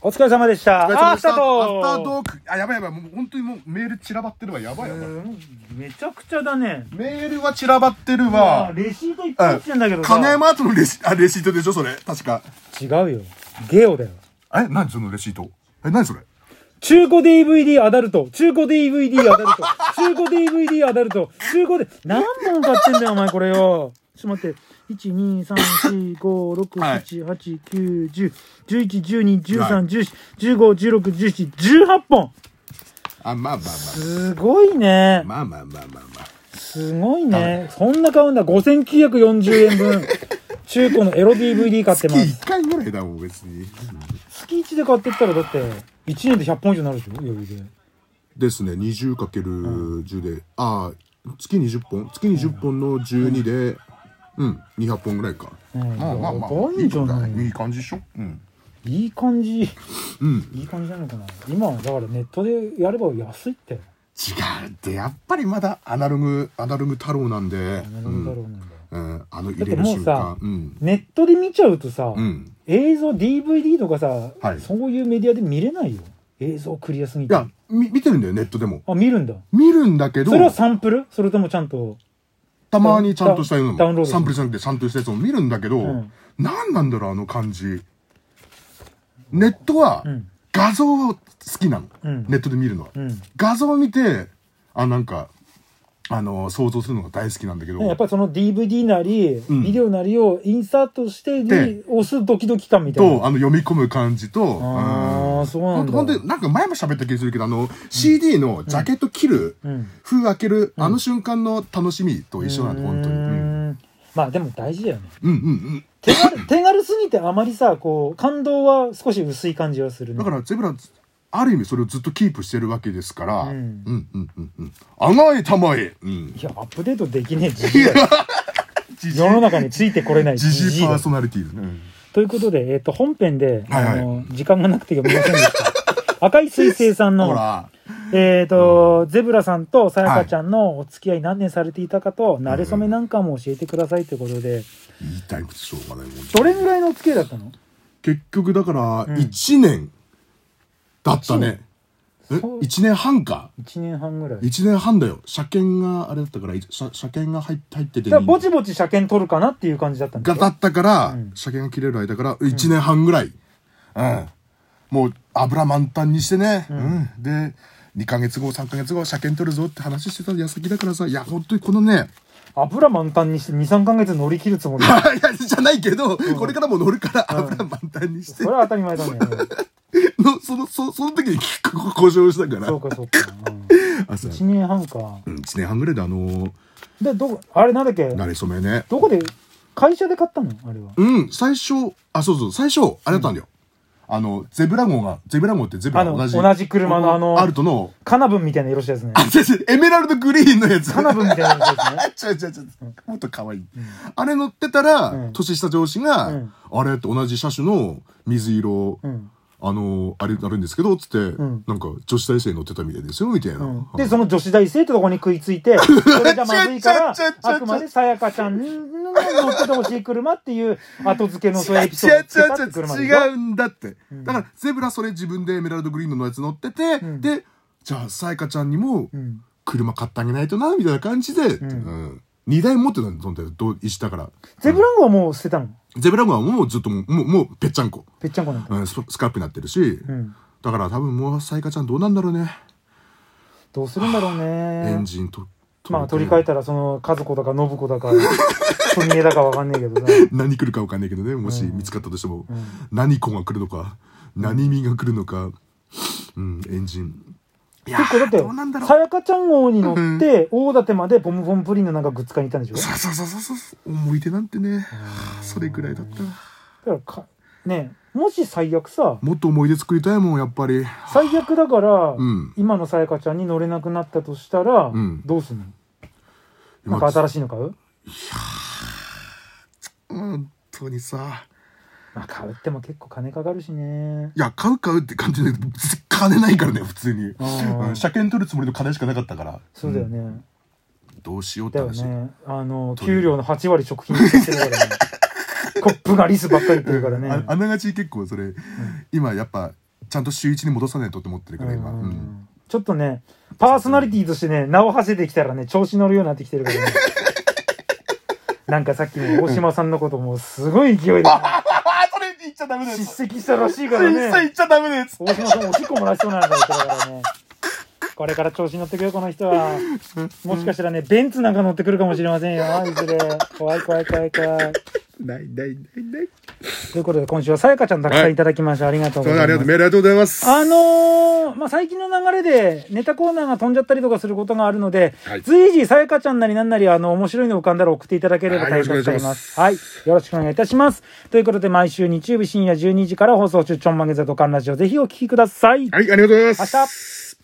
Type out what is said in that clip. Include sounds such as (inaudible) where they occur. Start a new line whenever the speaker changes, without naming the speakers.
お疲れ様でした。
お疲れ様
ア
で
フ
した
タート
アフタートークあやばいやばいもう本当にもうメール散らばってるわやばいやばい
うんめちゃくちゃだね。
メールは散らばってる
まあ、
わ
レシートいっぱい入ってんだけどさ。
金山アートのレシあレシートでしょそれ確か
違うよ。ゲオだよ。
え何そのレシートえ何それ
中古 DVD アダルト、中古 DVD アダルト、中古 DVD アダルト、中古で、何本買ってんだよ、お前これよ。ちょっと待って。1、2、3、4、5、6、
はい
7、8、9、10、11、12、
は
13、14、15、16、17、18本
あまあまあ
すごいね。
まあまあまあまあまあまあ
すごいね。そんな買うんだ。5940円分。 (laughs) 中古のエロ DVD 買ってま
月
す。
1回ぐらいだもん別に
月1で買ってったらだって、1年で100本以上になるでしょ余裕で。
ですね 20×10 で、ああ月20本月20本の12でうん、200本ぐらいか、
うん
まあまあまあ
いいんじゃない
いい感じでしょうん
いい感じ。い
うん
い感じなのかな。今、だからネットでやれば安いって。
違うってやっぱりまだアナログアナログ太郎なんで
なるほどだろうなんだ。
うんうんあの
だ
入
って
れる
もう
瞬
さ
間、うん
ネットで見ちゃうとさ、
うん
映像、DVD とかさ、
はい
そういうメディアで見れないよ。映像クリアすぎ
い
て。
や
あ、
み見てるんだよ、ネットでも。、
見るんだ。
見るんだけど
そ、れはサンプルそれともちゃんと。
たまにちゃんとしたよう
ダ
な
ウンロー
も、
ド
サンプルじゃなくてちゃんとしたやつも見るんだけど、
ん
なんなんだろう、あの感じ。ネットは
ん、
画像好きなの、
うん
ネットで見るのは。
うん
画像を見て、あ、なんか、あの、想像するのが大好きなんだけど、
ねやっぱりその DVD なり、
ん
ビデオなりをインサートして、
で
押すドキドキ感みたいな。
と、あの、読み込む感じと、
あー
うん
そうなんだ
ほんとほんとなんか前も喋った気がするけど、あの、CD のジャケット切る、
うん
封開ける、あの瞬間の楽しみと一緒なんだ、本当に。う
うー
ん
んまあでも大事だよね。
うんうんうん。
手
(laughs)
軽手軽すぎてあまりさ、こう、感動は少し薄い感じはするね。
だからゼブラある意味それをずっとキープしてるわけですから、うんん、うんうんうんうん甘い玉へ、うん
い、や、アップデートできねえじじいだよ (laughs)
ジ
世の中についてこれないじ
ジ
じ
ジ
い
イパ
だ
ーソナリティですね、
ということで、えっ、と、本編で、
はいはい
あの、時間がなくて読みませんで
(laughs)
した。赤い彗星さん
ほ
の、
ら
えっ、と、ゼブラさんとさやかちゃんのお付き合い何年されていたかと、馴れ初めなんかも教えてくださいということで、
言いたいことしょうがないもん
どれぐらいのお付き合いだったの
結局だから
ん
1年だったね、え
そう
1年半か
?1 年半ぐらい。
1年半だよ車検があれだったからい車車検が入入ってて
だからぼちぼち車検取るかなっていう感じだったんだ
が
け
だ
ど。
ったから、
ん
車検が切れる間から1年半ぐらい、うんもう油満タンにしてね、うんで2ヶ月後3ヶ月後車検取るぞって話してた矢先だからさいや本当にこのね
油満タンにして2、3ヶ月乗り切るつもり
い
だ
やじゃないけど、これからも乗るから油満タンにして、
それ (laughs) は当たり前だね。
のそのそその時に故障し
(laughs)
たから
そうかそうか。うん
あそう
1年半か。
うん、1年半ぐらいであのー、
で、どこ、あれなんだっけ
慣れ初めね
どこで、会社で買ったのあれは。
うん最初あそうそう最初あれだったんだよ、あのゼブラ号がゼブラ号ってゼブラ
あの
同じ
同じ車のあの
アルトの
カナブンみたいな色したやつね。
あ、違う違 (laughs) う、エメラルドグリーンのやつ。
カ
(laughs)
ナブンみたいな色したやつね。
違う違う違う。もっと可愛い。あれ乗ってたら、
うん
年下上司が、
うん
あれって同じ車種の水色、
うん
あの、あれになるんですけど、つって、
ん
なんか女子大生乗ってたみたいですよ、みたいな。
うん
はい
で、その女子大生ってとこに食いつい
(laughs)
て、それじゃまずいから、
ちょちょちょちょ
あくまでさやかちゃんが乗っててほしい車っていう後付けのそういうエピソード
違
をつけたって
う違う
車
違う
でしょ
違うんだって、だからゼブラそれ自分でエメラルドグリーンのやつ乗ってて、
ん
でじゃあさやかちゃんにも
ん
車買ってあげないとなみたいな感じで、うん2台持ってたんだよその時どう石だから
ゼブランゴはもう捨てたの
ゼブラ号はもうずっともうもうもうぺっちゃんこ
ぺっちゃんこなんだ。
うん、ススカップになってるし、
ん
だから多分もうサイカちゃんどうなんだろうね、
どうするんだろう
エ
ね
ン。ジンと
まあ取り替え
て
たら、その、和子だか信子だか、富江だかわかんねえけどさ。
(laughs) 何来るかわかんないけどねもし見つかったとしても、何子が来るのか何身が来るのかうんエンジンいや
結構だって
どうなんだ、ろ
さ
う
やかちゃん号に乗って、大館までポムポムプリンのなんかグッズ買いに行ったんでしょ
そうそうそうそうそう思い出なんてねそれぐらいだった
だからか、ねえもし最悪さ、
もっと思い出作りたいもんやっぱり
最悪だから、
ん
今のさやかちゃんに乗れなくなったとしたら、
ん
どうすんのな
今
んか新しいの買う
本当にさ
まあ買うっても結構金かかるしね。
いや買う買うって感じで金ないからね普通に、
ー
うん車検取るつもりの金しかなかったから
そうだよね。
どうしようって
だよ
話、
ね。あの、給料の8割食費に使ってるからね。コップがリスばっかり言ってるからね。
ああながち結構それ、今やっぱちゃんと週一に戻さないとって思ってるから今、
う
うん
んちょっとね、パーソナリティとしてね、名を馳せてきたらね、調子乗るようになってきてるからね。なんかさっきの大島さんのこともすごい勢いで
あははそれ言っちゃダメです
叱責したらしいか
そ
ら
れ言
ね。
っちゃダメです
大島さんおしっこ漏らしそうなんだよ、これからね。これから調子乗ってくよ、この人は。もしかしたらね、ベンツなんか乗ってくるかもしれませんよ、いずれ。怖い怖い怖い怖い。
ないないないない
ということで、今週はさやかちゃんたくさんいただきました。ありがとう
そ
ご
れ
ざいま
で
す。
はありがとうメールありがとうございます
あのーまあ、最近の流れでネタコーナーが飛んじゃったりとかすることがあるので、
はい
随時さやかちゃんなりなんなりあの面白いの浮かんだら送っていただければ大変助かります。はい、よろしくお願いいたします。ということで毎週日曜日深夜12時から放送中ちょんまげ座とかんラジオぜひお聞きください。
はいありがとうございま
明
す
日